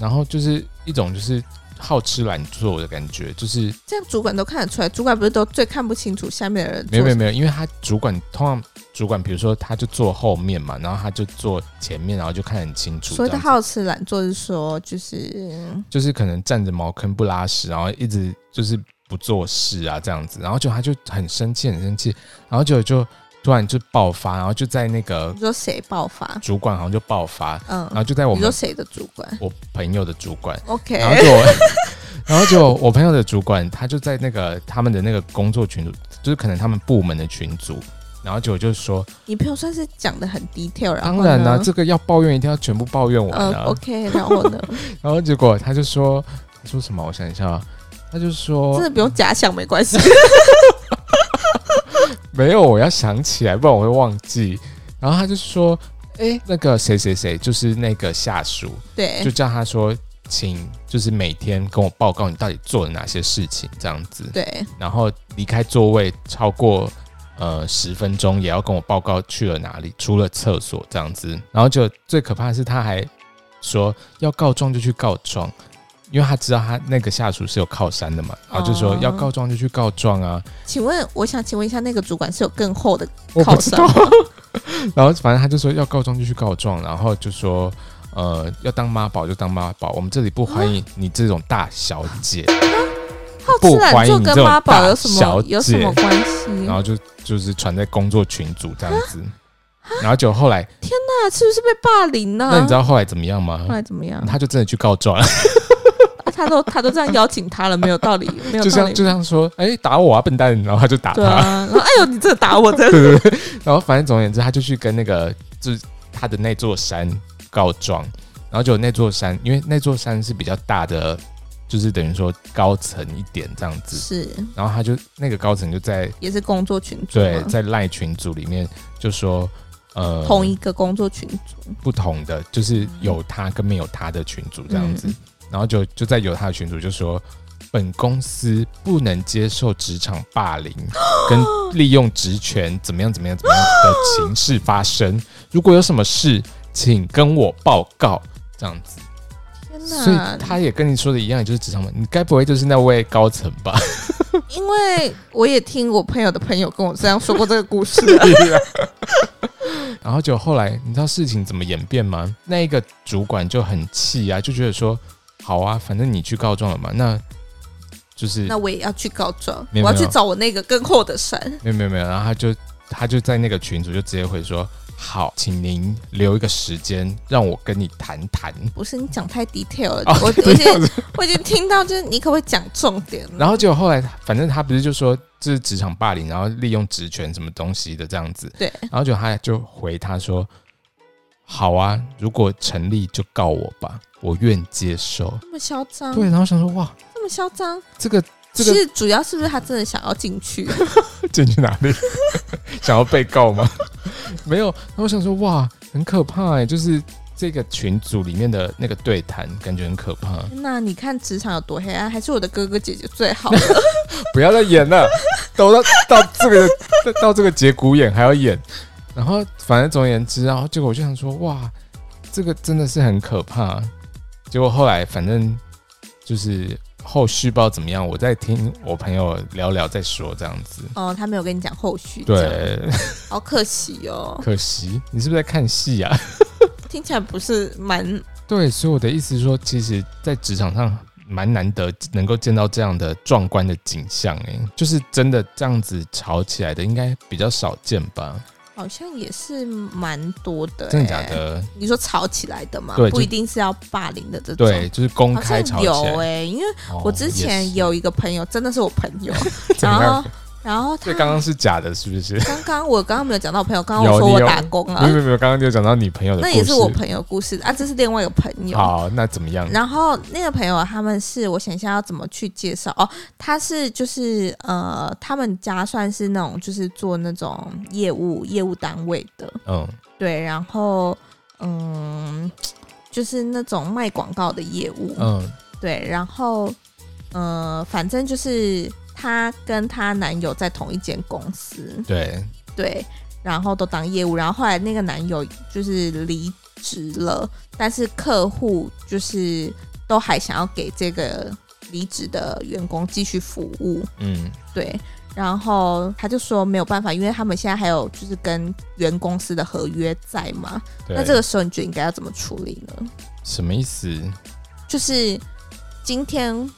Speaker 1: 然后就是一种就是好吃懒做的感觉，就是
Speaker 2: 这样主管都看得出来，主管不是都最看不清楚下面的人做
Speaker 1: 没
Speaker 2: 什
Speaker 1: 有
Speaker 2: 么？
Speaker 1: 没有没有，因为他主管通常主管，比如说他就坐后面嘛，然后他就坐前面，然后就看得很清楚这
Speaker 2: 所谓的
Speaker 1: 样子。
Speaker 2: 好吃懒做是说，就是嗯
Speaker 1: 就是可能站着茅坑不拉屎，然后一直就是不做事啊这样子，然后就他就很生气，很生气，然后就就突然就爆发，然后就在那个
Speaker 2: 你说谁爆发？
Speaker 1: 主管好像就爆发，
Speaker 2: 嗯
Speaker 1: 然，后就在啊我
Speaker 2: 你说
Speaker 1: 们
Speaker 2: 谁的主管
Speaker 1: 我朋友的主管，
Speaker 2: ？OK，
Speaker 1: 然后就我然后就我朋友的主管，他就在那个他们的那个工作群组，就是可能他们部门的群组。然后就就说，
Speaker 2: 你朋友算是讲的很 detail，然
Speaker 1: 当
Speaker 2: 后
Speaker 1: 然啦、啊
Speaker 2: 呢
Speaker 1: 这个要抱怨一定要全部抱怨完
Speaker 2: 嗯
Speaker 1: 啊。
Speaker 2: ，OK，然后 呢，
Speaker 1: 然后结果他就说，他说什么？我想一下啊，他就说，
Speaker 2: 真的不用假想，没关系。
Speaker 1: 没有，我要想起来，不然我会忘记。然后他就说，哎、那个谁谁谁就是那个下属，
Speaker 2: 对
Speaker 1: 就叫他说，请就是每天跟我报告你到底做了哪些事情这样子，
Speaker 2: 对，
Speaker 1: 然后离开座位超过呃十分钟也要跟我报告去了哪里，出了厕所这样子。然后就最可怕的是，他还说要告状就去告状，因为他知道他那个下属是有靠山的嘛，然后就说
Speaker 2: 哦
Speaker 1: 要告状就去告状啊。
Speaker 2: 请问，我想请问一下，那个主管是有更厚的啊
Speaker 1: 我
Speaker 2: 靠
Speaker 1: 不知
Speaker 2: 山
Speaker 1: 道
Speaker 2: 吗？。
Speaker 1: 然后反正他就说要告状就去告状，然后就说。呃，要当妈宝就当妈宝，我们这里不欢迎你这种大小姐，
Speaker 2: 好吃
Speaker 1: 不
Speaker 2: 懒
Speaker 1: 欢迎
Speaker 2: 做
Speaker 1: 你
Speaker 2: 跟
Speaker 1: 这种
Speaker 2: 妈宝
Speaker 1: 大
Speaker 2: 有什么
Speaker 1: 小
Speaker 2: 有什
Speaker 1: 姐
Speaker 2: 么关系？
Speaker 1: 然后就就是传在工作群组这样子，然后就后 来
Speaker 2: 那是不是被霸凌呢、
Speaker 1: 那你知道后来怎么样吗
Speaker 2: 后？来怎么样？
Speaker 1: 他就真的去告状了，
Speaker 2: 啊他都他都这样邀请他了，没有道 理，没有
Speaker 1: 就
Speaker 2: 道
Speaker 1: 像
Speaker 2: 理。
Speaker 1: 就像说，哎、打我啊，笨蛋！然后他就打
Speaker 2: 对
Speaker 1: 他，
Speaker 2: 啊，然后哎呦，你这 打我，真的
Speaker 1: 对对对。然后反正总而言之，他就去跟那个就是他的那座山告状，然后就那座山，因为那座山是比较大的，就是等于说高层一点这样子。
Speaker 2: 是
Speaker 1: 然后他就那个高层就在
Speaker 2: 也是工作群组
Speaker 1: 对
Speaker 2: 嘛，
Speaker 1: 在赖群组里面就说，呃，
Speaker 2: 同一个工作群组，
Speaker 1: 不同的，就是有他跟没有他的群主这样子，
Speaker 2: 嗯
Speaker 1: 然后就就在有他的群主就说，本公司不能接受职场霸凌 跟利用职权怎么样怎么样怎么样的情势发生，如果有什么事，请跟我报告这样子。
Speaker 2: 天
Speaker 1: 所以
Speaker 2: 哪！
Speaker 1: 他也跟你说的一样，也就是职场霸凌，你该不会就是那位高层吧？
Speaker 2: 因为我也听我朋友的朋友跟我这样说过这个 故事啊，
Speaker 1: 然后就后来，你知道事情怎么演变吗？那一个主管就很气啊，就觉得说，好啊，反正你去告状了嘛，那就是
Speaker 2: 那我也要去告状，
Speaker 1: 没有
Speaker 2: 我要去
Speaker 1: 没有
Speaker 2: 找我那个更厚的山。
Speaker 1: 没有没有没有，然后他就他就在那个群组就直接回说，好，请您留一个时间让我跟你谈谈。
Speaker 2: 不是你 讲太 detail 了，
Speaker 1: 哦
Speaker 2: 我我已经我已经听到，就是你可不可以讲重点了？
Speaker 1: 然后结果后来，反正他不是就说这是职场霸凌，然后利用职权什么东西的这样子。
Speaker 2: 对
Speaker 1: 然后就他就回他说：“好啊，如果成立就告我吧，我愿接受。
Speaker 2: 这么嚣张，
Speaker 1: 对，然后想说哇，
Speaker 2: 这么嚣张，
Speaker 1: 这个这
Speaker 2: 其
Speaker 1: 个
Speaker 2: 实主要是不是他真的想要进去？
Speaker 1: 进去哪里？ 想要被告吗？ 没有。然后我想说哇，很可怕哎、就是这个群组里面的那个对谈，感觉很可怕。
Speaker 2: 那你看职场有多黑暗，还是我的哥哥姐姐最好了？
Speaker 1: 不要再演 了，都到到这个到到这个节骨眼还要演，然后反正总而言之，然后结果我就想说，哇，这个真的是很可怕。结果后来反正就是后续不知道怎么样，我在听我朋友聊聊再说这样子。
Speaker 2: 哦，他没有跟你讲后续，，
Speaker 1: 对，
Speaker 2: 好可惜哦，
Speaker 1: 可惜你是不是在看戏啊？
Speaker 2: 听起来不是蛮
Speaker 1: 对，所以我的意思是说，其实，在职场上蛮难得能够见到这样的壮观的景象，哎，就是真的这样子吵起来的，应该比较少见吧？
Speaker 2: 好像也是蛮多的、欸
Speaker 1: 真的假？的？
Speaker 2: 你说吵起来的嘛，
Speaker 1: 对就
Speaker 2: 不一定是要霸凌的这种。
Speaker 1: 对，就是公
Speaker 2: 好
Speaker 1: 开
Speaker 2: 像
Speaker 1: 吵起
Speaker 2: 有
Speaker 1: 来。
Speaker 2: 哎、因为
Speaker 1: 哦
Speaker 2: 我之前，有一个朋友，真的是我朋 友，
Speaker 1: 也是
Speaker 2: 然
Speaker 1: 怎
Speaker 2: 后啊
Speaker 1: 么样
Speaker 2: 然后他
Speaker 1: 所以刚刚是假的，是不是？
Speaker 2: 刚刚我刚刚没有讲到我朋友，刚刚
Speaker 1: 有
Speaker 2: 我说
Speaker 1: 你
Speaker 2: 我
Speaker 1: 有
Speaker 2: 打工
Speaker 1: 没有
Speaker 2: 了，
Speaker 1: 没有没有，刚刚就讲到你朋友的故
Speaker 2: 那
Speaker 1: 事，
Speaker 2: 也是我朋友故事啊，这是另外一个朋友。
Speaker 1: 好，那怎么样？
Speaker 2: 然后那个朋友他们是我想一下要怎么去介绍哦，他是就是呃，他们家算是那种就是做那种业务业务单位的，
Speaker 1: 嗯，
Speaker 2: 对，然后嗯，就是那种卖广告的业务，
Speaker 1: 嗯
Speaker 2: 对，然后呃，反正就是她跟她男友在同一间公司，
Speaker 1: 对，
Speaker 2: 对，然后都当业务，然后后来那个男友就是离职了，但是客户就是都还想要给这个离职的员工继续服务，
Speaker 1: 嗯
Speaker 2: 对。然后他就说没有办法，因为他们现在还有就是跟原公司的合约在嘛。
Speaker 1: 对。
Speaker 2: 那这个时候你觉得应该要怎么处理呢？
Speaker 1: 什么意思？
Speaker 2: 就是今天，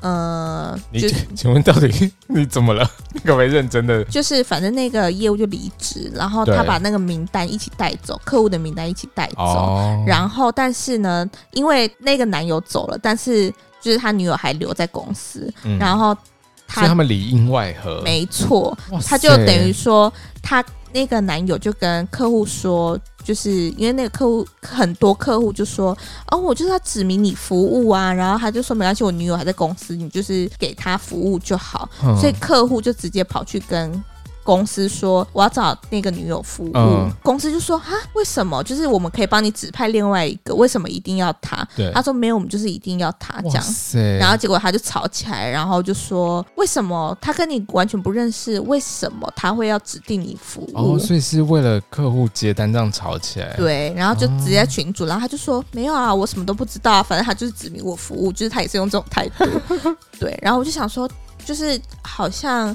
Speaker 2: 呃，
Speaker 1: 你
Speaker 2: 就
Speaker 1: 请问到底你怎么了？你可不可以认真的？
Speaker 2: 就是反正那个业务就离职，然后
Speaker 1: 对
Speaker 2: 他把那个名单一起带走，客户的名单一起带走。
Speaker 1: 哦，
Speaker 2: 然后，但是呢，因为那个男友走了，但是就是他女友还留在公司，
Speaker 1: 嗯
Speaker 2: 然后
Speaker 1: 所以
Speaker 2: 他
Speaker 1: 他们里应外合，
Speaker 2: 没错，
Speaker 1: 哇塞，
Speaker 2: 他就等于说他那个男友就跟客户说，就是因为那个客户很多客户就说，哦，我就是要指明你服务啊，然后他就说没关系，我女友还在公司，你就是给她服务就好，
Speaker 1: 嗯
Speaker 2: 所以客户就直接跑去跟。公司说我要找那个女友服务，
Speaker 1: 嗯
Speaker 2: 公司就说啊，为什么？就是我们可以帮你指派另外一个，为什么一定要他？
Speaker 1: 对，
Speaker 2: 他说没有，我们就是一定要他这
Speaker 1: 哇
Speaker 2: 样。
Speaker 1: 塞，
Speaker 2: 然后结果他就吵起来，然后就说为什么他跟你完全不认识，为什么他会要指定你服务？
Speaker 1: 哦，所以是为了客户接单这样吵起来，，
Speaker 2: 对，然后就
Speaker 1: 哦
Speaker 2: 直接群主，然后他就说没有啊，我什么都不知道啊，反正他就是指明我服务，就是他也是用这种态 度。对，然后我就想说，就是好像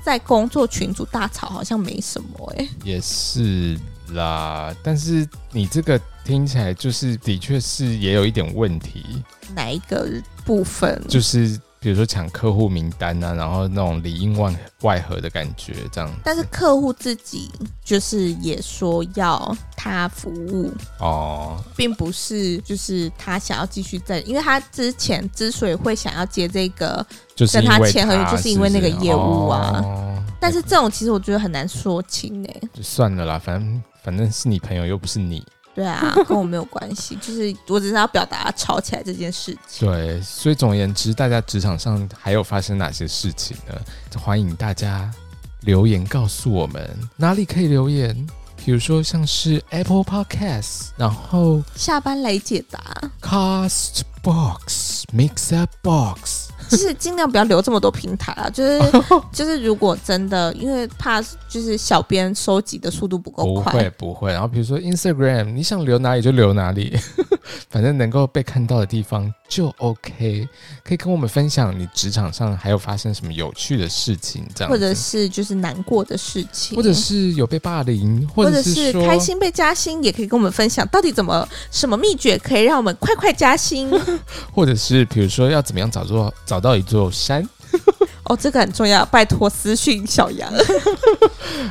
Speaker 2: 在工作群组大吵好像没什么哎、
Speaker 1: 也是啦。但是你这个听起来就是的确是也有一点问题，
Speaker 2: 哪一个部分？
Speaker 1: 就是比如说抢客户名单啊，然后那种里应外外合的感觉这样。
Speaker 2: 但是客户自己就是也说要他服务，
Speaker 1: 哦，
Speaker 2: 并不是就是他想要继续在，因为他之前之所以会想要接这个，
Speaker 1: 就是
Speaker 2: 跟
Speaker 1: 因
Speaker 2: 他
Speaker 1: 为
Speaker 2: 签合约就是因为那个业务啊
Speaker 1: 哦
Speaker 2: 但是这种其实我觉得很难说清哎、
Speaker 1: 就算了啦，反正反正是你朋友又不是你。
Speaker 2: 对啊，跟我没有关系，就是我只是要表达吵起来这件事情。
Speaker 1: 对，所以总而言之，大家职场上还有发生哪些事情呢？欢迎大家留言告诉我们哪里可以留言，比如说像是 Apple Podcast，然后
Speaker 2: 下班来解答，
Speaker 1: Cast Box、Mixer Box，
Speaker 2: 就是尽量不要留这么多平台啊，就是 就是如果真的因为怕就是小编收集的速度不够
Speaker 1: 不
Speaker 2: 快，
Speaker 1: 会不会。然后比如说 Instagram，你想留哪里就留哪里， 反正能够被看到的地方就 OK。可以跟我们分享你职场上还有发生什么有趣的事情，这样子
Speaker 2: 或者是就是难过的事情，
Speaker 1: 或者是有被霸凌，
Speaker 2: 或
Speaker 1: 或者
Speaker 2: 是
Speaker 1: 说
Speaker 2: 开心被加薪，也可以跟我们分享到底怎么什么秘诀可以让我们快快 加薪
Speaker 1: 或者是比如说要怎么样找座找到一座山。
Speaker 2: 哦，这个很重要，拜托私讯小杨。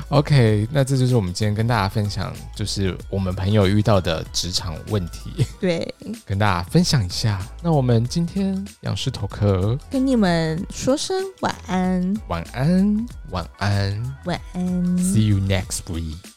Speaker 1: OK，那这就是我们今天跟大家分享，就是我们朋友遇到的职场问题，
Speaker 2: 对，
Speaker 1: 跟大家分享一下。那我们今天仰视头壳，
Speaker 2: 跟你们说声晚安，
Speaker 1: 晚安，晚安
Speaker 2: 晚安。
Speaker 1: ，See you next week。